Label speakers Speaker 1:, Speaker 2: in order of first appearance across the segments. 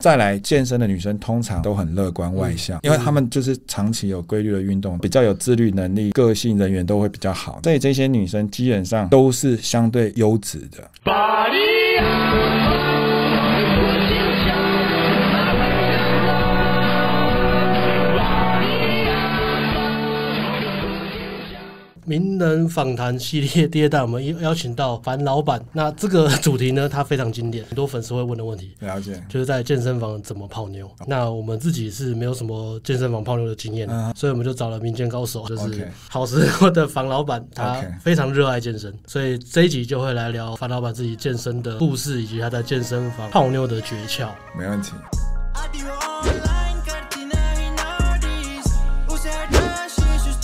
Speaker 1: 再来，健身的女生通常都很乐观外向，因为她们就是长期有规律的运动，比较有自律能力，个性人缘都会比较好。所以这些女生基本上都是相对优质的。
Speaker 2: 把你
Speaker 3: 名人访谈系列第二代，我们邀邀请到樊老板。那这个主题呢，它非常经典，很多粉丝会问的问题，
Speaker 1: 了解。
Speaker 3: 就是在健身房怎么泡
Speaker 1: 哦
Speaker 3: 妞。那我们自己是没有什么健身房泡妞的经验的，
Speaker 1: 嗯
Speaker 3: 所以我们就找了民间高手，就是
Speaker 1: OK
Speaker 3: 好时候的樊老板，他
Speaker 1: OK
Speaker 3: 非常热爱健身，所以这一集就会来聊樊老板自己健身的故事，以及他在健身房泡妞的诀窍。
Speaker 1: 没问题。
Speaker 4: आदियो ऑनलाइन करती नहीं नोटिस उसे ड्रेस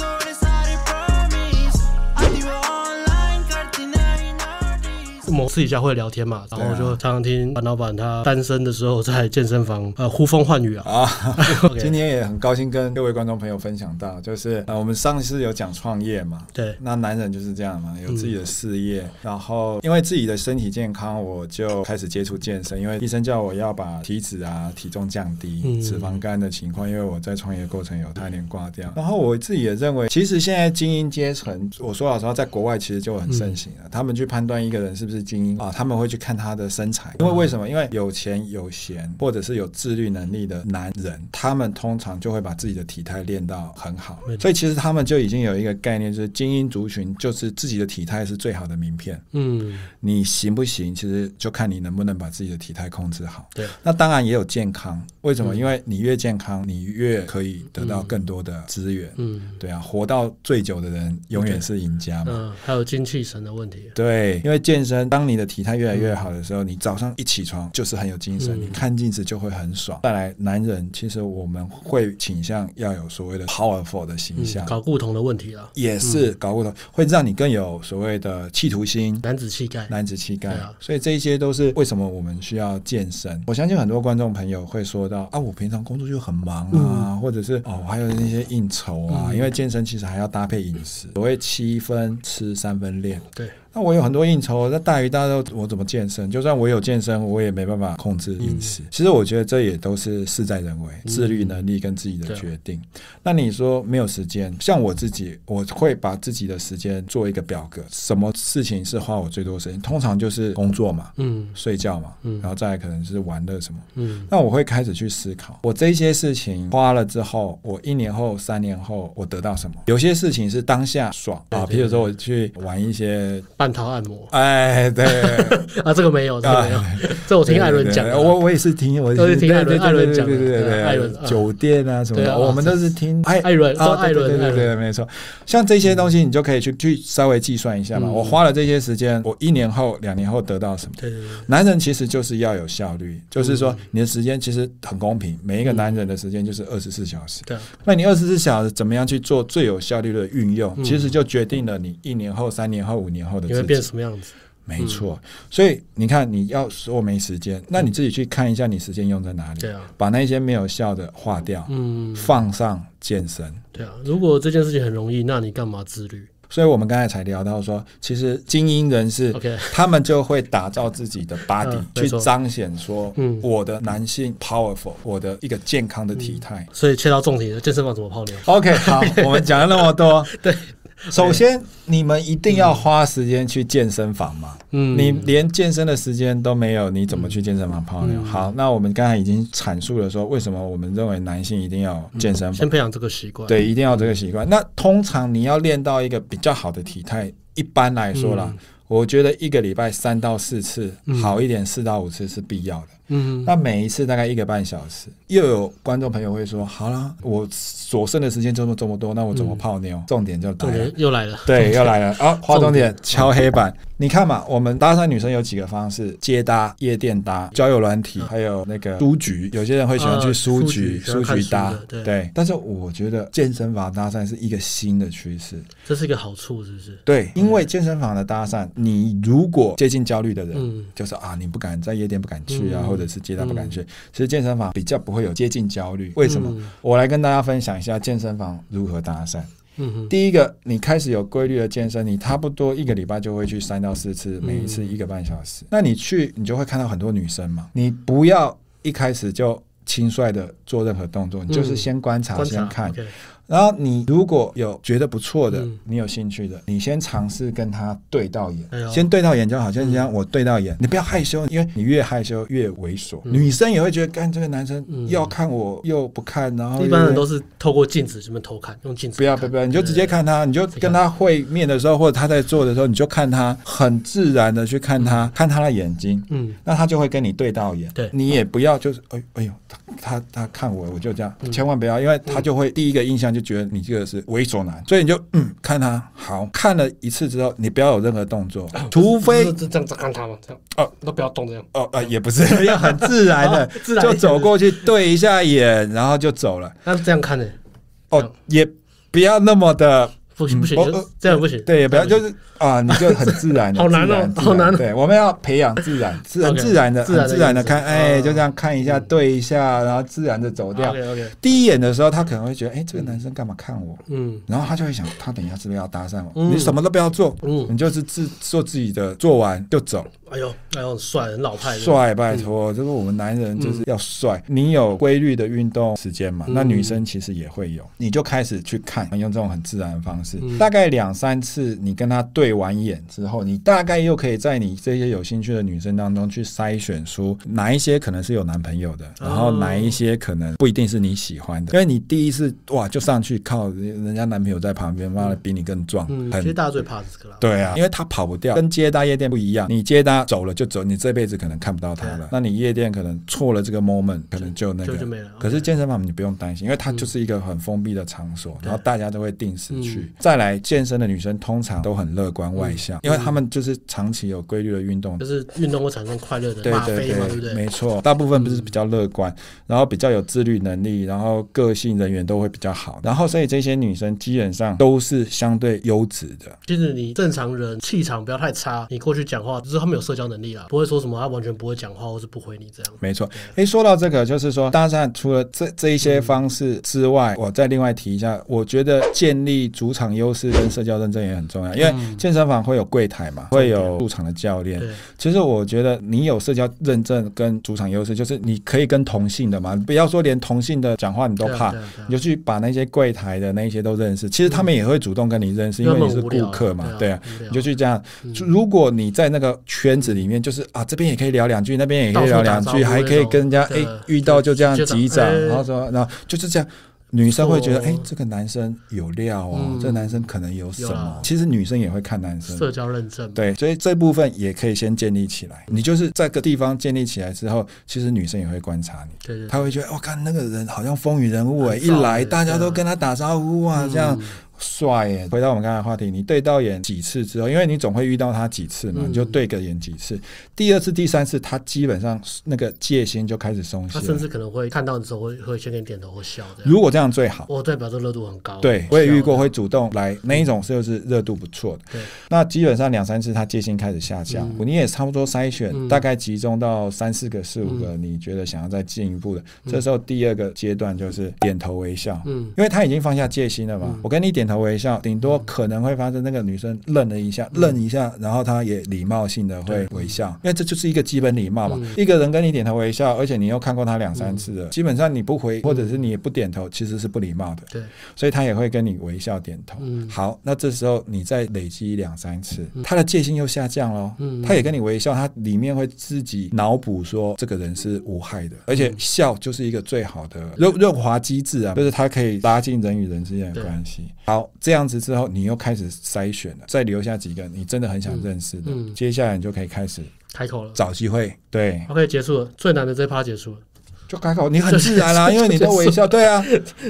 Speaker 4: थोड़े सारे प्रॉमिस आदियो ऑनलाइन करती नहीं नोटिस
Speaker 3: 我们私底下会聊天嘛，然
Speaker 1: 对
Speaker 3: 后
Speaker 1: 啊
Speaker 3: 就常常听樊老板他单身的时候在健身房呃呼风唤雨啊。
Speaker 1: 啊，
Speaker 3: OK
Speaker 1: 今天也很高兴跟各位观众朋友分享到，就是呃，我们上次有讲创业嘛，
Speaker 3: 对嗯
Speaker 1: 那男人就是这样嘛，有自己的事业，然后因为自己的身体健康，我就开始接触健身，因为医生叫我要把体脂啊、体重降低，
Speaker 3: 嗯
Speaker 1: 脂肪肝的情况，因为我在创业过程有差点挂掉。然后我自己也认为，其实现在精英阶层，我说老实话，在国外其实就很盛行
Speaker 3: 嗯
Speaker 1: 了，他们去判断一个人是不是精英啊，他们会去看他的身材，因为
Speaker 3: 嗯
Speaker 1: 为什么？因为有钱有闲，或者是有自律能力的男人，他们通常就会把自己的体态练到很好
Speaker 3: 没，错
Speaker 1: 所以其实他们就已经有一个概念，就是精英族群就是自己的体态是最好的名片。
Speaker 3: 嗯，
Speaker 1: 你行不行，其实就看你能不能把自己的体态控制好。
Speaker 3: 对，
Speaker 1: 那当然也有健康，为什么？
Speaker 3: 嗯
Speaker 1: 因为你越健康，你越可以得到更多的资源。
Speaker 3: 嗯
Speaker 1: 对啊，活到最久的人永远是赢家嘛。
Speaker 3: 嗯，还有精气神的问题。
Speaker 1: 对，因为健身，当你的体态越来越好的时候，你早上一起床就是很有精神，
Speaker 3: 嗯
Speaker 1: 你看镜子就会很爽。再来，男人其实我们会倾向要有所谓的 powerful 的形象
Speaker 3: 嗯，，搞固酮的问题啊，
Speaker 1: 也是搞过头，会让你更有所谓的企图心。
Speaker 3: 男子气概。
Speaker 1: 男子气概
Speaker 3: 对啊，
Speaker 1: 所以这一些都是为什么我们需要健身。我相信很多观众朋友会说到啊，我平常工作就很忙
Speaker 3: 嗯
Speaker 1: 啊，或者是哦，还有那些应酬啊，因为健身其实还要搭配饮食，所谓七分吃三分练。
Speaker 3: 对，
Speaker 1: 那我有很多应酬，那大鱼大肉我怎么健身？就算我有健身，我也没办法控制饮食。
Speaker 3: 嗯
Speaker 1: 其实我觉得这也都是事在人为，自律能力跟自己的
Speaker 3: 对
Speaker 1: 决定。那你说没有时间，像我自己，我会把自己的时间做一个表格，什么事情是花我最多时间？通常就是工作嘛，
Speaker 3: 嗯
Speaker 1: 睡觉嘛，然后再来可能是玩乐什么。
Speaker 3: 嗯
Speaker 1: 那我会开始去思考，我这些事情花了之后，我一年后、三年后我得到什么？有些事情是当下爽啊，
Speaker 3: 对对
Speaker 1: 比如说我去玩一些
Speaker 3: 半套按摩
Speaker 1: 哎，对，
Speaker 3: 啊，这个没有，这个没有， 这我听艾伦讲的
Speaker 1: 对对对我我也是听，我
Speaker 3: 都是听艾伦
Speaker 1: 对对对
Speaker 3: 艾伦讲的
Speaker 1: 对对对对
Speaker 3: 对
Speaker 1: 对，
Speaker 3: 艾伦嗯
Speaker 1: 酒店啊什么
Speaker 3: 对
Speaker 1: 的，
Speaker 3: 啊
Speaker 1: 我们都是听艾
Speaker 3: 艾伦都
Speaker 1: 啊，
Speaker 3: 艾伦
Speaker 1: 对对
Speaker 3: 艾
Speaker 1: 对对，
Speaker 3: 伦
Speaker 1: 没错。像这些东西，你就可以去去稍微计算一下嘛。
Speaker 3: 嗯
Speaker 1: 我花了这些时间，我一年后、两年后得到什么？
Speaker 3: 对对对，
Speaker 1: 男人其实就是要有效率，就是
Speaker 3: 嗯
Speaker 1: 说你的时间其实很公平，每一个男人的时间就是二十四小时。
Speaker 3: 对啊
Speaker 1: 那你二十四小时怎么样去做最有效率的运用，
Speaker 3: 嗯
Speaker 1: 其实就决定了你一年后、三年后、五年后的
Speaker 3: 你
Speaker 1: 自
Speaker 3: 会
Speaker 1: 己。
Speaker 3: 变什么样子？
Speaker 1: 没错，
Speaker 3: 嗯
Speaker 1: 所以你看，你要说没时间，那你自己去看一下你时间用在哪里，
Speaker 3: 对啊
Speaker 1: 把那些没有效的划掉，
Speaker 3: 嗯，
Speaker 1: 放上健身。
Speaker 3: 对啊，如果这件事情很容易，那你干嘛自律
Speaker 1: 所以我们刚才才聊到说，其实精英人士
Speaker 3: ？OK，
Speaker 1: 他们就会打造自己的 body，、
Speaker 3: 嗯没
Speaker 1: 去
Speaker 3: 错
Speaker 1: 彰显说，
Speaker 3: 嗯嗯
Speaker 1: 我的男性 powerful，我的一个健康的体态。
Speaker 3: 所以切到重点，健身房怎么泡妞？
Speaker 1: OK，好，我们讲了那么多，
Speaker 3: 对，
Speaker 1: 首先你们一定要花时间去健身房嘛，
Speaker 3: 嗯
Speaker 1: 你连健身的时间都没有，你怎么去健身房泡
Speaker 3: 嗯
Speaker 1: 妞？好，那我们刚才已经阐述了说，为什么我们认为男性一定要健身房
Speaker 3: 嗯先，培养这个习惯。，
Speaker 1: 对，一定要有这个习惯。那通常你要练到一个比较好的体态，一般来说啦，
Speaker 3: 嗯
Speaker 1: 我觉得一个礼拜三到四次，好一点四到五次是必要的。
Speaker 3: 嗯，
Speaker 1: 那每一次大概一个半小时，又有观众朋友会说：“好啦，我所剩的时间这么这么多，那我怎
Speaker 3: 嗯
Speaker 1: 么泡妞？”重点就
Speaker 3: 重
Speaker 1: 来了
Speaker 3: 点，又来了。
Speaker 1: 对，又来了啊！划重点，敲黑板。你看嘛，我们搭讪女生有几个方式：接搭、夜店
Speaker 3: 嗯
Speaker 1: 搭、交友软体，还有那个书局。有些人会喜欢去
Speaker 3: 啊
Speaker 1: 书
Speaker 3: 书
Speaker 1: 局、
Speaker 3: 局喜欢看
Speaker 1: 局
Speaker 3: 书
Speaker 1: 搭
Speaker 3: 的对
Speaker 1: 对，但是我觉得健身房搭讪是一个新的趋势。
Speaker 3: 这是一个好处，是不是？
Speaker 1: 对，因为健身房的搭讪，你如果接近焦虑的人，
Speaker 3: 嗯
Speaker 1: 就是啊，你不敢在夜店不敢去啊，
Speaker 3: 嗯
Speaker 1: 或者是接待不敢去。其实健身房比较不会有接近焦虑，为什么？
Speaker 3: 嗯
Speaker 1: 我来跟大家分享一下健身房如何搭讪。
Speaker 3: 嗯哼，
Speaker 1: 第一个，你开始有规律的健身，你差不多一个礼拜就会去
Speaker 3: 嗯
Speaker 1: 三到四次，每一次一个半小时。那你去，你就会看到很多女生嘛。你不要一开始就轻率的做任何动作，你就是
Speaker 3: 嗯
Speaker 1: 先观察、
Speaker 3: 观察
Speaker 1: 先看。
Speaker 3: OK，
Speaker 1: 然后你如果有觉得不错的
Speaker 3: 嗯，
Speaker 1: 你有兴趣的，你先尝试跟他对到眼
Speaker 3: 哎呦，嗯
Speaker 1: 先对到眼就好，就像我对到眼，你不要害羞，因为你越害羞越猥琐，女生也会觉得，干这个男生
Speaker 3: 嗯
Speaker 1: 要看我又不看，然后
Speaker 3: 一般人
Speaker 1: 又
Speaker 3: 都是透过镜子这边偷看，用镜子
Speaker 1: 不要不
Speaker 3: 看
Speaker 1: 要不要，你就直接。看他，你就
Speaker 3: 接看
Speaker 1: 跟他会面的时候，或者他在做的时候，你就看他，很自然的去看他，看他的眼睛，
Speaker 3: 对对嗯对嗯，
Speaker 1: 那他就会跟你对到眼，
Speaker 3: 对
Speaker 1: 你也不要就是哎哎呦，他他他看我，我就这样，
Speaker 3: 嗯
Speaker 1: 千万不要，因为他就会第一个印象就觉得你这个是猥琐男，所以你就嗯看他好看了一次之后，你不要有任何动作，
Speaker 3: 嗯
Speaker 1: 除非
Speaker 3: 这这样子看他嘛，这样
Speaker 1: 哦
Speaker 3: 哦，都不要动这样。
Speaker 1: 哦呃也不是要很自然的
Speaker 3: 哦 自然一
Speaker 1: 就
Speaker 3: 点
Speaker 1: 走过去对一下眼，然后就走了，
Speaker 3: 那这样看呢？嗯
Speaker 1: 哦也不要那么的。
Speaker 3: 不行不
Speaker 1: 嗯
Speaker 3: 行，就
Speaker 1: 哦哦
Speaker 3: 这样不行。
Speaker 1: 对，也不要
Speaker 3: 这
Speaker 1: 就
Speaker 3: 样行
Speaker 1: 是啊，你就很自然的，
Speaker 3: 好难哦
Speaker 1: 自然自然
Speaker 3: 好难哦
Speaker 1: 对，我们要培养自然，自很
Speaker 3: OK，
Speaker 1: 自然的，
Speaker 3: 自然
Speaker 1: 很
Speaker 3: 的
Speaker 1: 自然的
Speaker 3: 样子
Speaker 1: 看，哎，
Speaker 3: 嗯
Speaker 1: 就这样看一下，对一下，然后自然的走掉。
Speaker 3: OK OK，
Speaker 1: 第一眼的时候，他可能会觉得，哎，这个男生干嘛看我？
Speaker 3: 嗯
Speaker 1: 然后他就会想，他等一下是不是要搭讪我？
Speaker 3: 嗯
Speaker 1: 你什么都不要做，
Speaker 3: 嗯，
Speaker 1: 你就是自做自己的，做完就走，
Speaker 3: 哎呦哎呦，很帅，很老派。，
Speaker 1: 帅，拜托，就是我们男人就是要帅。你有规律的运动时间嘛？
Speaker 3: 嗯
Speaker 1: 那女生其实也会有，你就开始去看，用这种很自然的方式
Speaker 3: 嗯，
Speaker 1: 大概两三次，你跟她对完眼之后，你大概又可以在你这些有兴趣的女生当中去筛选出哪一些可能是有男朋友的，然后
Speaker 3: 哦
Speaker 1: 哪一些可能不一定是你喜欢的，因为你第一次哇就上去靠人家男朋友在旁边，妈的比你更壮，
Speaker 3: 嗯，
Speaker 1: 很
Speaker 3: 其实大家最怕这个啦。
Speaker 1: 对啊，因为他跑不掉，跟接搭夜店不一样。你接搭走了就走，你这辈子可能看不到他
Speaker 3: 对
Speaker 1: 了。那你夜店可能错了这个 moment，可能就那
Speaker 3: 就
Speaker 1: 个。
Speaker 3: 就没了。
Speaker 1: 可
Speaker 3: OK
Speaker 1: 是健身房你不用担心，因为它就是一个很封闭的场所，
Speaker 3: 对
Speaker 1: 然后大家都会定时
Speaker 3: 嗯
Speaker 1: 去。再来，健身的女生通常都很乐观外向，因为她们就是长期有规律的运动。
Speaker 3: 嗯就是运动会产生快乐的
Speaker 1: 对
Speaker 3: 吗
Speaker 1: 对
Speaker 3: 啡嘛，对不
Speaker 1: 对，
Speaker 3: 嗯对？
Speaker 1: 没错，大部分不是比较乐观，然后比较有自律能力，然后个性人缘都会比较好，然后所以这些女生基本上都是相对优质的，
Speaker 3: 其实你正常人气场不要太差，你过去讲话，就是他们有社交能力啦，不会说什么他完全不会讲话或是不回你这样。
Speaker 1: 没错，诶，说到这个，就是说搭讪除了这这一些方式之外，我再另外提一下，我觉得建立主场优势跟社交认证也很重要，因为健身房会有柜台嘛，会有入场的教练。
Speaker 3: 嗯对，
Speaker 1: 其实我觉得你有社交认证跟主场优势，就是你可以跟同性的嘛，不要说连同性的讲话你都
Speaker 3: 对啊
Speaker 1: 怕
Speaker 3: 对。啊对啊
Speaker 1: 你就去把那些柜台的那一些都认识，其实他们也会主动跟你认识，因为你是顾客嘛，对啊，，
Speaker 3: 因为
Speaker 1: 你就去这样。
Speaker 3: 嗯
Speaker 1: 就如果你在那个圈子里面，就是啊，这边也可以聊两句，那边也可以聊两
Speaker 3: 到处
Speaker 1: 句，
Speaker 3: 打招呼
Speaker 1: 还可以跟人家
Speaker 3: 那
Speaker 1: 哎、
Speaker 3: 种嗯对
Speaker 1: 遇到就这样
Speaker 3: 就就
Speaker 1: 击掌，
Speaker 3: 哎
Speaker 1: 然后说，然后就是这样。女生会觉得，
Speaker 3: 不
Speaker 1: 哎、
Speaker 3: 错哦
Speaker 1: 这个男生有料哦，
Speaker 3: 嗯
Speaker 1: 这个男生可能有什
Speaker 3: 有
Speaker 1: 么
Speaker 3: 啦。
Speaker 1: 其实女生也会看男生，
Speaker 3: 社交认证嘛，
Speaker 1: 对，所以这部分也可以先建立起来。你就是这个地方建立起来之后，其实女生也会观察你，
Speaker 3: 对对对，
Speaker 1: 她会觉得，我、看那个人好像风云人物哎，
Speaker 3: 嗯很
Speaker 1: 一
Speaker 3: 少
Speaker 1: 来
Speaker 3: 哎
Speaker 1: 大家
Speaker 3: 对啊
Speaker 1: 都跟他打招呼啊，这样
Speaker 3: 嗯
Speaker 1: 帅耶！回到我们刚才的话题，你对到眼几次之后，因为你总会遇到他几次嘛，
Speaker 3: 嗯
Speaker 1: 你就对个眼几次。第二次、第三次，他基本上那个戒心就开始松懈
Speaker 3: 他
Speaker 1: 了。
Speaker 3: 甚至可能会看到你之后会会先给你点头或笑这样。
Speaker 1: 如果这样最好。
Speaker 3: 我代表这热度很高，
Speaker 1: 对，我也遇过
Speaker 3: 笑
Speaker 1: 会主动来那一种，就是热度不错的。
Speaker 3: 对，
Speaker 1: 那基本上两三次，他戒心开始下降，
Speaker 3: 嗯
Speaker 1: 你也差不多筛选，
Speaker 3: 嗯
Speaker 1: 大概集中到三四个、四五个，你觉得想要再进一步的，这时候第二个阶段就是点头微笑。
Speaker 3: 的，嗯，
Speaker 1: 因为他已经放下戒心了嘛。
Speaker 3: 嗯
Speaker 1: 我跟你点头微笑，顶多可能会发生那个女生愣了一下，
Speaker 3: 嗯
Speaker 1: 愣一下，然后她也礼貌性的会微笑，因为这就是一个基本礼貌嘛。
Speaker 3: 嗯
Speaker 1: 一个人跟你点头微笑，而且你又看过他两三次了，基本上你不回或者是你也不点头，其实是不礼貌的，
Speaker 3: 对，
Speaker 1: 所以他也会跟你微笑点头。
Speaker 3: 嗯
Speaker 1: 好，那这时候你再累积两三次，他的戒心又下降喽。
Speaker 3: 嗯
Speaker 1: 他也跟你微笑，他里面会自己脑补说这个人是无害的，而
Speaker 3: 嗯
Speaker 1: 且笑就是一个最好的润润滑机制啊，就是它可以拉近人与人之间的关系。好，这样子之后，你又开始筛选了，再留下几个你真的很想认识的，
Speaker 3: 嗯嗯
Speaker 1: 接下来你就可以开始
Speaker 3: 开口了
Speaker 1: 找机会，对，
Speaker 3: ，OK，结束了，最难的这一趴结束了，
Speaker 1: 就开口，你很自然啦、
Speaker 3: 就是
Speaker 1: 因为你都微笑，对啊，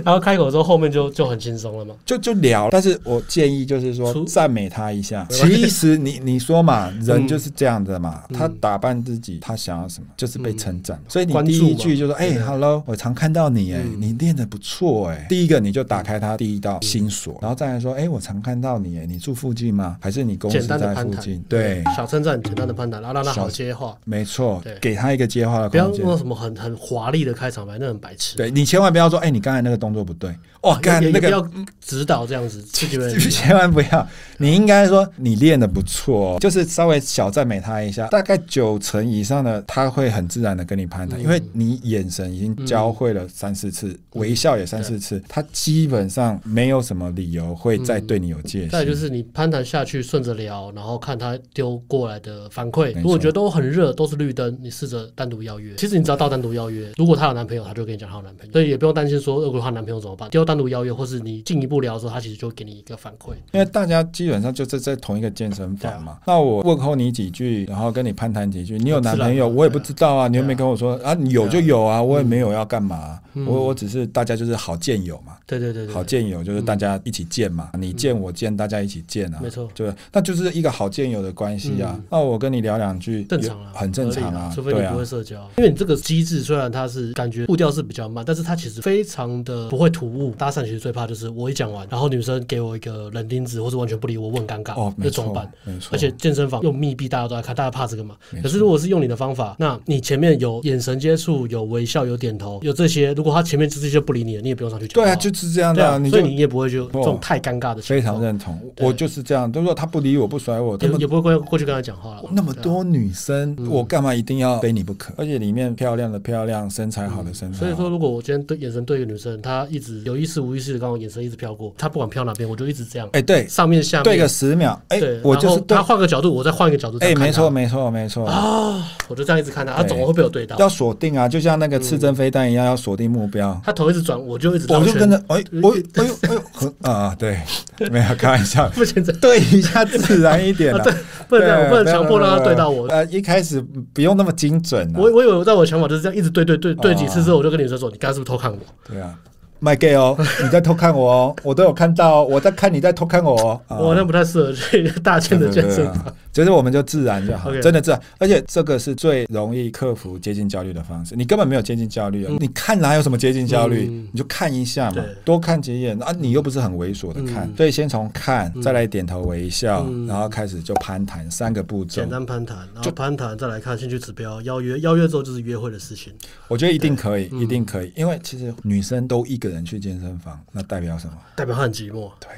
Speaker 3: 然后开口之后后面就就很轻松了嘛，
Speaker 1: 就就聊，但是我建议就是
Speaker 3: 出
Speaker 1: 说赞美他一下。
Speaker 3: 没关系
Speaker 1: 其 实你你说嘛，
Speaker 3: 嗯
Speaker 1: 人就是这样的嘛，
Speaker 3: 嗯
Speaker 1: 他打扮自己，他想要什么，就是被称赞。所以你
Speaker 3: 关注
Speaker 1: 第一句就说：“
Speaker 3: 嘛
Speaker 1: 哎
Speaker 3: 对啊
Speaker 1: ，hello，我常看到你，哎
Speaker 3: 嗯，
Speaker 1: 你练的不错，哎。”第一个你就打开他第一道心锁，然后再来说：“哎，我常看到你，哎，你住附近吗？还是你公司
Speaker 3: 简单的
Speaker 1: 在
Speaker 3: 攀
Speaker 1: 附
Speaker 3: 谈
Speaker 1: 近？”，对，
Speaker 3: 小称赞，简单的攀谈，然后让他
Speaker 1: 小
Speaker 3: 好接话，
Speaker 1: 没错
Speaker 3: 对，
Speaker 1: 给他一个接话的
Speaker 3: 不要
Speaker 1: 空间
Speaker 3: 用。什么很很华华丽的开场白，那很白痴。
Speaker 1: 对你千万不要说，哎、你刚才那个动作不对，哦，干
Speaker 3: 也也
Speaker 1: 那
Speaker 3: 不
Speaker 1: 个
Speaker 3: 要指导这样 子，这就
Speaker 1: 千万不要，你应该说你练的不错，哦就是稍微小赞美他一下，大概九成以上的他会很自然的跟你攀
Speaker 3: 嗯
Speaker 1: 谈，因为你眼神已经教会了三四次，微笑也三四
Speaker 3: 嗯
Speaker 1: 次，他基本上没有什么理由会再对你有戒
Speaker 3: 嗯再来就
Speaker 1: 心。
Speaker 3: 是你攀谈下去，顺着聊，然后看他丢过来的反馈。
Speaker 1: 错
Speaker 3: 如果觉得都很热，都是绿灯，你试着单独邀约。其实你只要到单独邀约，如果她有男朋友，她就跟你讲她有男朋友，所以也不用担心说如果她男朋友怎么办。丢单独邀约，或是你进一步聊的时候，她其实就会给你一个反馈。
Speaker 1: 因为大家基本上就是在同一个健身房
Speaker 3: 啊
Speaker 1: 嘛，那我问候你几句，然后跟你攀谈几句，你有男朋友
Speaker 3: 嗯自然
Speaker 1: 我也不知道啊，你又没
Speaker 3: 对啊
Speaker 1: 跟我说啊，你有就有啊，我也没有要干嘛啊，
Speaker 3: 嗯
Speaker 1: 我我只是大家就是好健友嘛，
Speaker 3: 对对对对，
Speaker 1: 好
Speaker 3: 对
Speaker 1: 健友就是大家一起健嘛，你健我健，大家一起健啊，
Speaker 3: 没错
Speaker 1: 对，那就是一个好健友的关系啊
Speaker 3: 嗯。
Speaker 1: 那我跟你聊两句，
Speaker 3: 正常啊，
Speaker 1: 也很正常
Speaker 3: 合理
Speaker 1: 啊，
Speaker 3: 除非你
Speaker 1: 对啊
Speaker 3: 不会，社交，因为你这个机制虽然它是感觉步调是比较慢，但是它其实非常的不会突兀。搭讪其实最怕就是我一讲完，然后女生给我一个冷钉子，或者完全不理我，问尴尬，
Speaker 1: 哦，没
Speaker 3: 那怎么办
Speaker 1: 错？，没错，
Speaker 3: 而且健身房又密闭，大家都在看，大家怕这个嘛
Speaker 1: 没。错
Speaker 3: 可是如果是用你的方法，那你前面有眼神接触、有微笑、有点头、有这些，如果他前面这些就不理你了，你也不用上去讲
Speaker 1: 对
Speaker 3: 话。
Speaker 1: 啊，就是这样
Speaker 3: 对
Speaker 1: 的啊，
Speaker 3: 啊，
Speaker 1: 你
Speaker 3: 所
Speaker 1: 就
Speaker 3: 以你也不会就这种太尴尬的情
Speaker 1: 非
Speaker 3: 况
Speaker 1: 常，认同，
Speaker 3: 对
Speaker 1: 我就是这样。就是说他不理我不甩我，他
Speaker 3: 也
Speaker 1: 们
Speaker 3: 也不会过过去跟他讲话了。啊
Speaker 1: 那么多女生，
Speaker 3: 嗯
Speaker 1: 我干嘛一定要非你不可？而且里面漂亮的漂亮，身材好的身材好，
Speaker 3: 嗯所以说，如果我今天对眼神对一个女生，她一直有意识无意识的，刚好眼神一直飘过，她不管飘哪边，我就一直这样，
Speaker 1: 哎，对，
Speaker 3: 上面下面
Speaker 1: 对个十秒，哎
Speaker 3: 对，，
Speaker 1: 我就
Speaker 3: 然
Speaker 1: 是
Speaker 3: 后
Speaker 1: 对
Speaker 3: 她，换啊个角度，我再换一个角度，
Speaker 1: 哎，没错，
Speaker 3: 没
Speaker 1: 没错，没错。
Speaker 3: 我就这样一直看她，她
Speaker 1: 对
Speaker 3: 总会被我对到，
Speaker 1: 要锁定啊，就像
Speaker 3: 嗯
Speaker 1: 那个刺针飞弹一样，要锁定目标。
Speaker 3: 她头一直转，我就一直
Speaker 1: 我就跟着
Speaker 3: 她，
Speaker 1: 哎，我
Speaker 3: 呃
Speaker 1: 哎呦哎呦，很啊，对，没有开玩笑，
Speaker 3: 不行，这
Speaker 1: 对一下自然一点
Speaker 3: 啊
Speaker 1: 啦
Speaker 3: 对，不能这样
Speaker 1: 对
Speaker 3: 我不能强迫让他对到我
Speaker 1: 呃，一开始不用那么精准啊
Speaker 3: 我，我以为我在我的想法就是这样，一直对对对对几次之后，我就跟女生说，你刚刚是不是偷看我？
Speaker 1: 对啊。卖 gay 哦，你在偷看我哦，我都有看到哦，我在看你在偷看我哦。啊
Speaker 3: 我好像不太适合去大件的
Speaker 1: 对对
Speaker 3: 健
Speaker 1: 对
Speaker 3: 身
Speaker 1: 对
Speaker 3: 房。
Speaker 1: 啊就是我们就自然就好，
Speaker 3: OK
Speaker 1: 真的自然。而且这个是最容易克服接近焦虑的方式。你根本没有接近焦虑啊，你看哪有什么接近焦虑？
Speaker 3: 嗯
Speaker 1: 你就看一下嘛
Speaker 3: 对，
Speaker 1: 多看几眼啊，你又不是很猥琐的看，
Speaker 3: 嗯
Speaker 1: 所以先从看，再来点头微笑，
Speaker 3: 嗯
Speaker 1: 然后开始就攀谈三个步骤
Speaker 3: 简。单攀谈，然后攀谈再来看兴趣指标，邀约邀约之后就是约会的事情。
Speaker 1: 我觉得一定可
Speaker 3: 嗯
Speaker 1: 以，一定可以，因为其实女生都一个人去健身房，那代表什么？
Speaker 3: 代表他很寂寞，
Speaker 1: 对。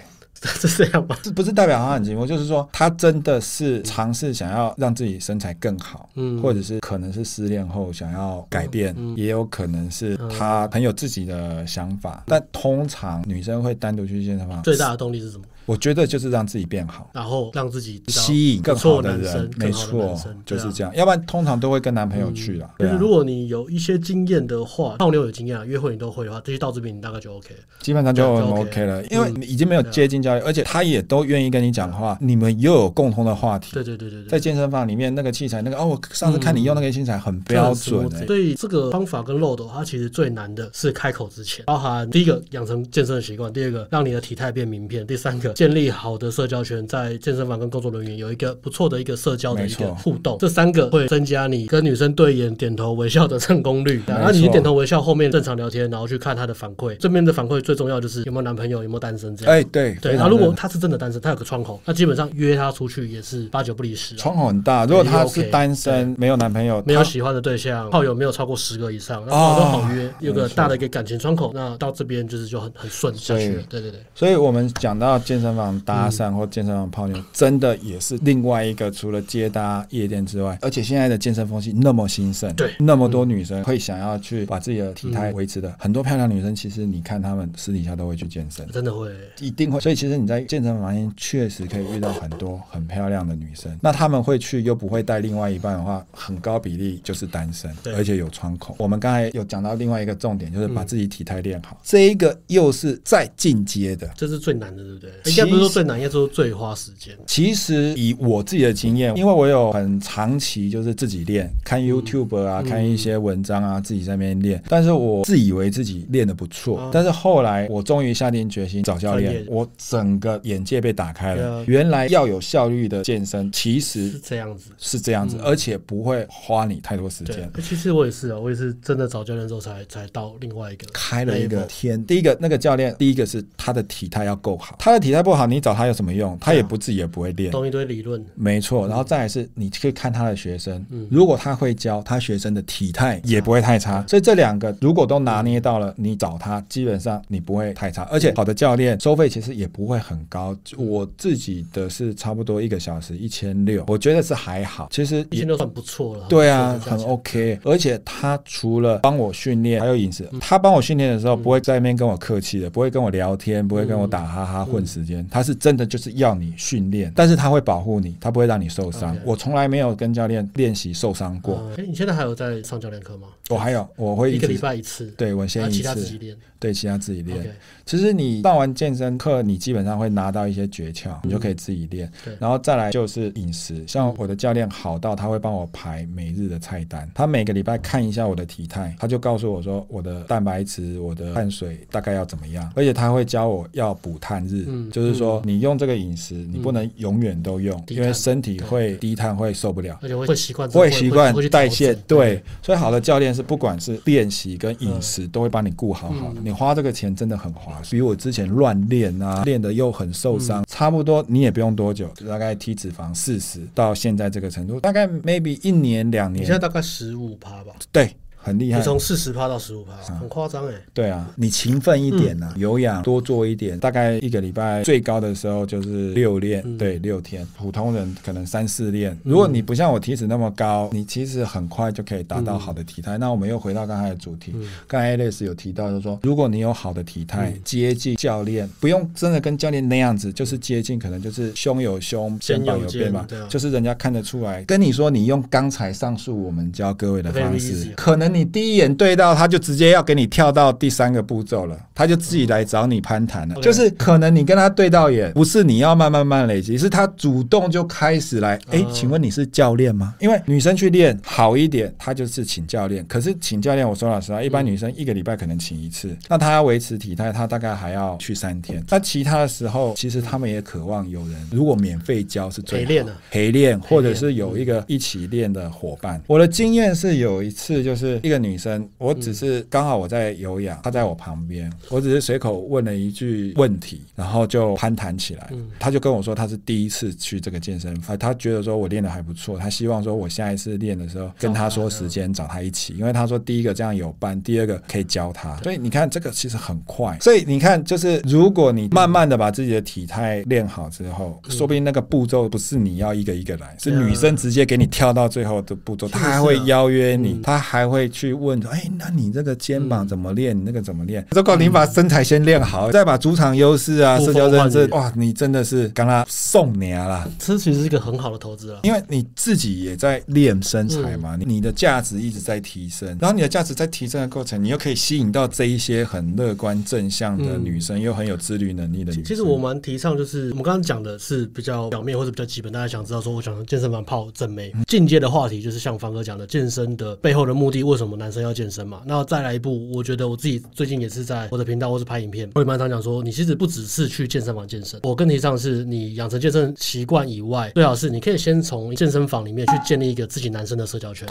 Speaker 3: 是这样吧？
Speaker 1: 这不是代表她很寂寞，就是说她真的是尝试想要让自己身材更好，
Speaker 3: 嗯
Speaker 1: 或者是可能是失恋后想要改变，也有可能是
Speaker 3: 嗯
Speaker 1: 她很有自己的想法。但通常女生会单独去健身房，
Speaker 3: 最大的动力是什么？
Speaker 1: 我觉得就是让自己变好。
Speaker 3: 然后让自己知道
Speaker 1: 吸引更
Speaker 3: 不错
Speaker 1: 好的
Speaker 3: 男
Speaker 1: 人
Speaker 3: 生，，
Speaker 1: 没
Speaker 3: 更好的男
Speaker 1: 错
Speaker 3: 生，
Speaker 1: 就是这
Speaker 3: 样。
Speaker 1: 样。要不然通常都会跟男朋友去啦。
Speaker 3: 就
Speaker 1: 对
Speaker 3: 是
Speaker 1: 啊
Speaker 3: 如果你有一些经验的话，泡妞有经验啊，约会你都会的话，这些到这边你大概就 OK 了。
Speaker 1: 基本上就
Speaker 3: 对
Speaker 1: 很
Speaker 3: 啊就
Speaker 1: OK
Speaker 3: OK 嗯啊
Speaker 1: 了，因为你已经没有接近交流，而且他也都愿意跟你讲话，你们又有共同的话题，
Speaker 3: 对对对对对，
Speaker 1: 在健身房里面那个器材，那个哦，我上次看你用那个器材很标准、欸，
Speaker 3: 所以嗯这个方法跟漏斗，它其实最难的是开口之前，包含第一个养成健身的习惯，第二个让你的体态变名片，第三个建立好的社交圈，在健身房跟工作人员有一个不错的一个社交的一
Speaker 1: 没
Speaker 3: 个
Speaker 1: 错
Speaker 3: 互动，这三个会增加你跟女生对眼、点头微笑的成功率。
Speaker 1: 错
Speaker 3: 那你去点头微笑，后面正常聊天，然后去看她的反馈，这边的反馈最重要就是有没有男朋友，有没有单身这样。
Speaker 1: 哎、对，
Speaker 3: 对，
Speaker 1: 非
Speaker 3: 然
Speaker 1: 常
Speaker 3: 后如果
Speaker 1: 认
Speaker 3: 她是真的单身，她有个窗口，那基本上约她出去也是八九不离十、啊。
Speaker 1: 窗口很大，如果他是
Speaker 3: OK，
Speaker 1: 单身没有男朋友，
Speaker 3: 没有
Speaker 1: 他
Speaker 3: 喜欢的对象，炮友没有超过十个以上，那
Speaker 1: 哦
Speaker 3: 炮都好约，有
Speaker 1: 没
Speaker 3: 个
Speaker 1: 错
Speaker 3: 大的一个感情窗口，那到这边就是就很很顺下去
Speaker 1: 所以
Speaker 3: 了。对对对，
Speaker 1: 所以我们讲到健身房搭讪或健身房泡妞，真的也是另外一个除了接搭夜店之外，而且现在的健身风气那么兴盛，
Speaker 3: 对嗯
Speaker 1: 那么多女生会想要去把自己的体态维持的，很多漂亮女生其实你看她们私底下都会去健身。
Speaker 3: 真的会，
Speaker 1: 一定会，所以其实你在健身房里面确实可以遇到很多很漂亮的女生，那她们会去又不会带另外一半的话，很高比例就是单身，
Speaker 3: 对
Speaker 1: 而且有窗口。我们刚才有讲到另外一个重点，就是把自己体态练好，这一个又是再进阶的。
Speaker 3: 这是最难的，对不对？
Speaker 1: 其
Speaker 3: 应
Speaker 1: 实
Speaker 3: 该不是说最难，应该说最花时间。
Speaker 1: 其实以我自己的经验，因为我有很长期就是自己练，
Speaker 3: 嗯
Speaker 1: 看 YouTube 啊，看一些文章啊，自己在那边练。但是我自以为自己练得不错，
Speaker 3: 啊
Speaker 1: 但是后来我终于下定决心找教
Speaker 3: 专
Speaker 1: 练
Speaker 3: 业，
Speaker 1: 我整个眼界被打开了。
Speaker 3: 对啊
Speaker 1: 原来要有效率的健身，其
Speaker 3: 是
Speaker 1: 实
Speaker 3: 这样子。
Speaker 1: 是这样子，而且不会花你太多时
Speaker 3: 嗯对
Speaker 1: 间。，
Speaker 3: 其实我也是啊，我也是真的找教练之后才才到另外一个
Speaker 1: 开了一个
Speaker 3: level
Speaker 1: 天。第一个那个教练，第一个是他的体态要够好，他的体态态不好，你找他有什么用？他也
Speaker 3: 啊
Speaker 1: 不自己也不会练。
Speaker 3: 懂一堆理论，
Speaker 1: 没错，
Speaker 3: 嗯
Speaker 1: 然后再来是，你去看他的学生，如果他会教，他学生的体态也不会太差。所以这两个如果都拿捏到了，你找他基本上你不会太差，而
Speaker 3: 嗯
Speaker 1: 且好的教练收费其实也不会很高。我自己的是差不多一个小时一千六，我觉得是还好，其实
Speaker 3: 一
Speaker 1: 也
Speaker 3: 千。六算不错了。
Speaker 1: 对啊，很
Speaker 3: 很不错的价钱
Speaker 1: OK，而且他除了帮我训练，还有饮
Speaker 3: 嗯
Speaker 1: 食。他帮我训练的时候，不会在那边跟我客气的，不会跟我聊天，不会跟我
Speaker 3: 嗯
Speaker 1: 打哈哈混时间。他是真的就是要你训练，但是他会保护你，他不会让你受伤
Speaker 3: OK。
Speaker 1: 我从来没有跟教练练习受伤过。
Speaker 3: 嗯哎，你现在还有在上教练课吗？
Speaker 1: 我还有，我会
Speaker 3: 一
Speaker 1: 一
Speaker 3: 个
Speaker 1: 直
Speaker 3: 礼拜一次，
Speaker 1: 对我
Speaker 3: 然
Speaker 1: 先
Speaker 3: 后
Speaker 1: 一
Speaker 3: 其他自己
Speaker 1: 次，
Speaker 3: 练。
Speaker 1: 对其他自己练
Speaker 3: OK，。
Speaker 1: 其实你上完健身课，你基本上会拿到一些诀窍，你就可以自己练。
Speaker 3: 嗯对
Speaker 1: 然后再来就是饮食，像我的教练好到他会帮我排每日的菜单，他每个礼拜看一下我的体态，他就告诉我说我的蛋白质、我的碳水大概要怎么样，而且他会教我要补碳日，
Speaker 3: 嗯
Speaker 1: 就是说你用这个饮食，你不能永远都用，
Speaker 3: 低
Speaker 1: 因为
Speaker 3: 碳
Speaker 1: 身体会低碳会受不了。
Speaker 3: 而且会会习惯之后，
Speaker 1: 会习惯
Speaker 3: 会去
Speaker 1: 代谢，
Speaker 3: 调整，
Speaker 1: 对，所以好的教练是不管是练习跟饮食都会帮你顾好好的。
Speaker 3: 嗯
Speaker 1: 你花这个钱真的很划算，比我之前乱练啊，练的又很受
Speaker 3: 嗯
Speaker 1: 伤，差不多你也不用多久，大概体脂肪四十到现在这个程度，大概 maybe 一年两
Speaker 3: 你现在
Speaker 1: 年，
Speaker 3: 大概十五趴吧，
Speaker 1: 对，很厉
Speaker 3: 你
Speaker 1: 害。
Speaker 3: 从四十趴到十五趴，很夸张哎。
Speaker 1: 对啊，你勤奋一点
Speaker 3: 嗯
Speaker 1: 呐、有氧多做一点，大概一个礼拜最高的时候就是六练，
Speaker 3: 嗯
Speaker 1: 对，六天。普通人可能三四练。如果你不像我体脂那么高，你其实很快就可以达到好的体态。
Speaker 3: 嗯
Speaker 1: 那我们又回到刚才的主题，刚才 Alex 有提到，就是说，如果你有好的体态，
Speaker 3: 嗯
Speaker 1: 接近教练，不用真的跟教练那样子，就是接近，可能就是胸有胸，肩膀有
Speaker 3: 肩有
Speaker 1: 肩膀
Speaker 3: 肩对啊，
Speaker 1: 就是人家看得出来。跟你说，你用刚才上述我们教各位的
Speaker 3: Very
Speaker 1: 方式
Speaker 3: easy，
Speaker 1: 可能你第一眼对到他就直接要给你跳到第三个步骤了，他就自己来找你攀谈了。
Speaker 3: OK
Speaker 1: 就是可能你跟他对到眼，不是你要慢慢慢累积，是他主动就开始来。哎、
Speaker 3: 哦
Speaker 1: 请问你是教练吗？因为女生去练好一点，她就是请教练。可是请教练，我说老实话，一般女生一个礼拜可能请一次，那她要维持体态，她大概还要去三天。那其他的时候，其实他们也渴望有人，如果免费教是最好
Speaker 3: 陪练啊
Speaker 1: 陪练，或者是有一个一起练的伙伴。我的经验是有一次，就是一个女生，我只是刚好我在有氧，她在我旁边，我只是随口问了一句问题，然后就攀谈起来。她就跟我说，她是第一次去这个健身房，她觉得说我练的还不错，她希望说我下一次练的时候跟她说时间，找她一起，因为她说第一个这样有伴，第二个可以教她。所以你看，这个其实很快。所以你看，就是如果你慢慢的把自己的体态练好之后，说不定那个步骤不是你要一个一个来，是
Speaker 3: 对啊
Speaker 1: 女生直接给你跳到最后的步骤，她
Speaker 3: 是啊
Speaker 1: 还会邀约你，她还会去问说：“哎，那你这个肩膀怎么练？你嗯那个怎么练？”如果你把身材先练好，再把主场优势啊、
Speaker 3: 呼
Speaker 1: 社
Speaker 3: 风
Speaker 1: 交认知，
Speaker 3: 唤雨
Speaker 1: 哇，你真的是刚刚送你啊啦！
Speaker 3: 这其实是一个很好的投资啊。
Speaker 1: 因为你自己也在练身材嘛，
Speaker 3: 嗯
Speaker 1: 你你的价值一直在提升，然后你的价值在提升的过程，你又可以吸引到这一些很乐观正向的女生，又很有自律能力的女生。
Speaker 3: 其实我蛮提倡，就是我们刚刚讲的是比较表面或者比较基本，大家想知道说，我想健身房泡正妹。进阶的话题就是像方哥讲的，健身的背后的目的，为什么男生要健身嘛？那再来一步，我觉得我自己最近也是在我的频道或是拍影片，我也蛮常讲说，你其实不只是去健身房健身，我更提倡是你养成健身习惯以外，最好是你可以先从健身房里面去建立一个自己男生的社交圈。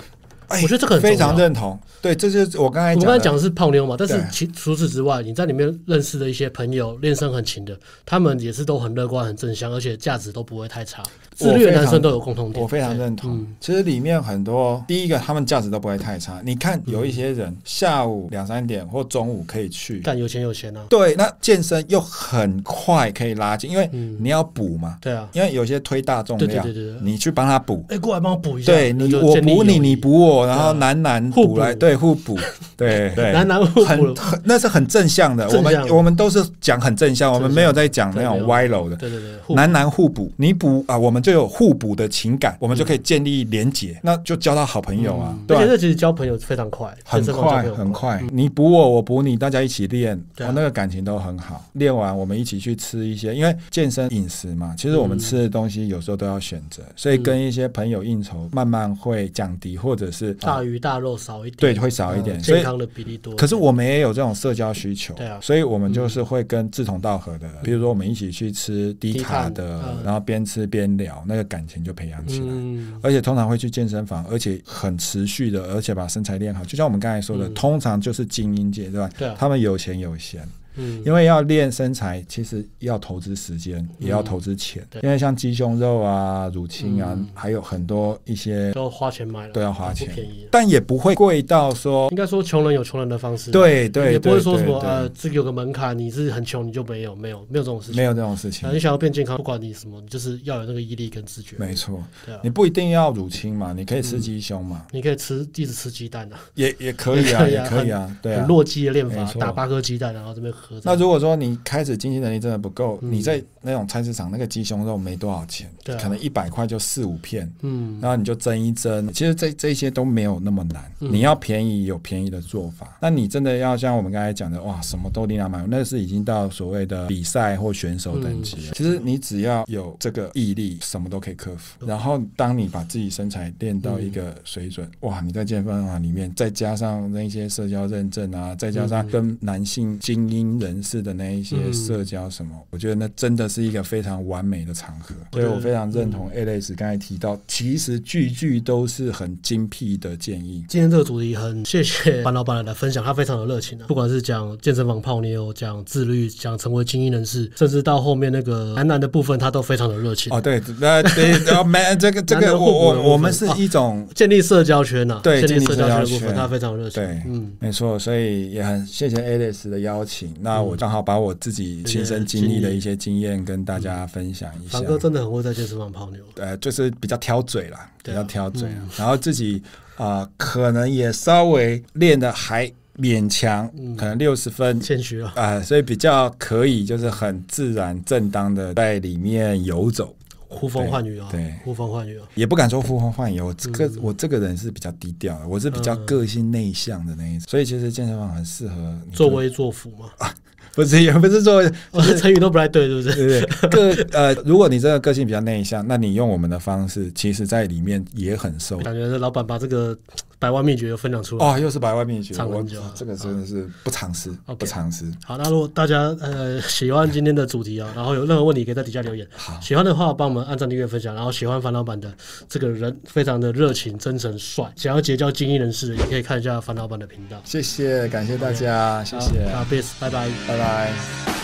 Speaker 1: 哎
Speaker 3: 我觉得这个很重
Speaker 1: 非
Speaker 3: 要
Speaker 1: 常认同，对，这就是我刚才讲
Speaker 3: 我们
Speaker 1: 的。
Speaker 3: 刚才讲的是泡妞嘛，但是
Speaker 1: 对
Speaker 3: 其除此之外，你在里面认识的一些朋友，练身很勤的，他们也是都很乐观、很正向，而且价值都不会太差。自律的男生都有共同点，嗯
Speaker 1: 我非常
Speaker 3: 对
Speaker 1: 认同。其实里面很多，第一个他们价值都不会太差。你看有一些人下午两三点或中午可以去，
Speaker 3: 干有钱有闲啊，
Speaker 1: 对，那健身又很快可以拉近，因为你要补嘛。
Speaker 3: 嗯对啊，
Speaker 1: 因为有些推大重量，
Speaker 3: 对对对对对
Speaker 1: 你去帮他补，
Speaker 3: 哎，过来帮我补一下，
Speaker 1: 对
Speaker 3: 那
Speaker 1: 你，
Speaker 3: 就
Speaker 1: 我
Speaker 3: 建立
Speaker 1: 补你，
Speaker 3: 友谊
Speaker 1: 你补我，然后
Speaker 3: 对啊
Speaker 1: 男男
Speaker 3: 互
Speaker 1: 补来，
Speaker 3: 补
Speaker 1: 对互补， 对对，
Speaker 3: 男男互补
Speaker 1: 很很那是很正向的。我
Speaker 3: 正向
Speaker 1: 们我们都是讲很正向，我们
Speaker 3: 正向
Speaker 1: 没有在讲那
Speaker 3: 对没
Speaker 1: 种
Speaker 3: 有
Speaker 1: 歪楼的。
Speaker 3: 对对对，互补
Speaker 1: 男男互补，你补啊，我们就有互补的情感，我们就可以建立连结，那就交到好朋友啊，对
Speaker 3: 嗯而
Speaker 1: 吧
Speaker 3: 且这其实交朋友非常快，
Speaker 1: 很
Speaker 3: 健身房交
Speaker 1: 快
Speaker 3: 朋友
Speaker 1: 很。快，你补我，我补你，大家一起练，
Speaker 3: 对
Speaker 1: 哦
Speaker 3: 啊，
Speaker 1: 那个感情都很好。练完我们一起去吃一些，因为健身饮食嘛，其实我们吃的东西有时候都要选
Speaker 3: 嗯
Speaker 1: 择，所以跟一些朋友应酬慢慢会降低，或者是哦
Speaker 3: 大鱼大肉少一点，
Speaker 1: 对会少一点
Speaker 3: 嗯
Speaker 1: 所以
Speaker 3: 健康的比例多。
Speaker 1: 可是我们也有这种社交需求，
Speaker 3: 对啊
Speaker 1: 所以我们就是会跟志同道合的，比如说我们一起去吃低卡
Speaker 3: 低
Speaker 1: 的
Speaker 3: 碳，嗯
Speaker 1: 然后边吃边聊，那个感情就培养起来。
Speaker 3: 嗯，
Speaker 1: 而且通常会去健身房，而且很持续的，而且把身材练好。就像我们刚才说的，通常就是精英阶段，
Speaker 3: 嗯对啊
Speaker 1: 他们有钱有闲，
Speaker 3: 嗯
Speaker 1: 因为要练身材，其实要投资时间，也要投资钱。
Speaker 3: 嗯对
Speaker 1: 因为像鸡胸肉啊、乳清啊，
Speaker 3: 嗯
Speaker 1: 还有很多一些
Speaker 3: 都花钱买了，
Speaker 1: 都要花
Speaker 3: 不
Speaker 1: 钱
Speaker 3: 便宜，。
Speaker 1: 但也不会贵到说，
Speaker 3: 应该说穷人有穷人的方式，
Speaker 1: 对对
Speaker 3: 也不会
Speaker 1: 对
Speaker 3: 说什
Speaker 1: 对
Speaker 3: 么
Speaker 1: 对
Speaker 3: 呃，这个有个门槛，你是很穷你就没有，没有没有这种事情。
Speaker 1: 没有这种事情
Speaker 3: 呃，。你想要变健康，不管你什么，你就是要有那个毅力跟自觉。
Speaker 1: 没错，
Speaker 3: 对啊嗯
Speaker 1: 你，不一定要乳清嘛，你可以吃鸡胸嘛，
Speaker 3: 你可以吃一直吃鸡蛋啊，
Speaker 1: 也也可以 啊，
Speaker 3: 可以
Speaker 1: 也
Speaker 3: 啊
Speaker 1: 可以啊，对啊
Speaker 3: 很。弱鸡的练法，
Speaker 1: 没错
Speaker 3: 打八颗鸡蛋，然后这边合着。
Speaker 1: 那如果说你开始经济能力真的不够，
Speaker 3: 嗯
Speaker 1: 你在那种菜市场那个鸡胸肉没多少钱，
Speaker 3: 对啊
Speaker 1: 可能一百块就四五片，
Speaker 3: 嗯
Speaker 1: 然后你就蒸一蒸。其实这这些都没有那么难，
Speaker 3: 嗯
Speaker 1: 你要便宜有便宜的做法。那你真的要像我们刚才讲的，哇，什么都琳琅满目，那是已经到所谓的比赛或选手等级了。其实你只要有这个毅力，什么都可以克服。然后当你把自己身材练到
Speaker 3: 嗯
Speaker 1: 一个水准，哇，你在健身房里面再加上那一些社交认证啊，再加上
Speaker 3: 嗯
Speaker 1: 跟男性精英人士的那一些
Speaker 3: 嗯
Speaker 1: 社交什么，我觉得那真的是一个非常完美的场合。所以我非
Speaker 3: 嗯
Speaker 1: 常认同 Alex 刚才提到，其实句句都是很精辟的建议。
Speaker 3: 今天这个主题很谢谢樊老板来分享，他非常的热情啊，不管是讲健身房泡妞、讲自律、讲成为精英人士，甚至到后面那个男男的部分，他都非常的热情。
Speaker 1: 哦，对，那对，哦，没这个这
Speaker 3: 难
Speaker 1: 个，
Speaker 3: 得
Speaker 1: 我
Speaker 3: 互补的部分啊
Speaker 1: 我我们是一种。
Speaker 3: 建立社交圈呐、啊，
Speaker 1: 对
Speaker 3: 建立社交圈的
Speaker 1: 建立
Speaker 3: 部
Speaker 1: 社交圈
Speaker 3: 分，他非常的热情。
Speaker 1: 对
Speaker 3: 嗯，
Speaker 1: 没错，所以也很谢谢 Alice 的邀请。
Speaker 3: 嗯
Speaker 1: 那我刚好把我自己亲身经历的一些经验跟大家分享一下
Speaker 3: 凡。哥真的很会在健身房泡妞。
Speaker 1: 呃，就是比较挑嘴啦，比
Speaker 3: 对啊
Speaker 1: 较挑嘴啊，然后自己啊、呃可能也稍微练的还勉强，
Speaker 3: 嗯
Speaker 1: 可能六十分
Speaker 3: 谦虚了，
Speaker 1: 啊、所以比较可以，就是很自然正当的在里面游走，
Speaker 3: 呼风唤雨啊，
Speaker 1: 对对
Speaker 3: 呼风唤雨啊，
Speaker 1: 也不敢说呼风唤雨。我这个、我这个人是比较低调的，我是比较
Speaker 3: 嗯
Speaker 1: 个性内向的那一种，所以其实健身房很适合你
Speaker 3: 作
Speaker 1: 就
Speaker 3: 威作福嘛，
Speaker 1: 不是也不是作为
Speaker 3: 哦成语都不太对，对不 对？
Speaker 1: 对不对？个呃，如果你真的个性比较内向，那你用我们的方式，其实在里面也很受
Speaker 3: 感觉这老板把这个百万秘诀分享出来。
Speaker 1: 哦哦，又是百万秘诀，
Speaker 3: 唱
Speaker 1: 我
Speaker 3: 很久了
Speaker 1: 这个真的是不常识，
Speaker 3: OK
Speaker 1: 不常识。
Speaker 3: 好，那如果大家呃喜欢今天的主题啊，然后有任何问题可以在底下留言。
Speaker 1: 好
Speaker 3: 喜欢的话帮我们按赞、订阅、分享。然后喜欢樊老板的这个人非常的热情、真诚、帅，想要结交精英人士的也可以看一下樊老板的频道。
Speaker 1: 谢谢，感谢大家，谢
Speaker 3: 好
Speaker 1: 谢，
Speaker 3: 那 peace，拜拜。
Speaker 1: 拜拜。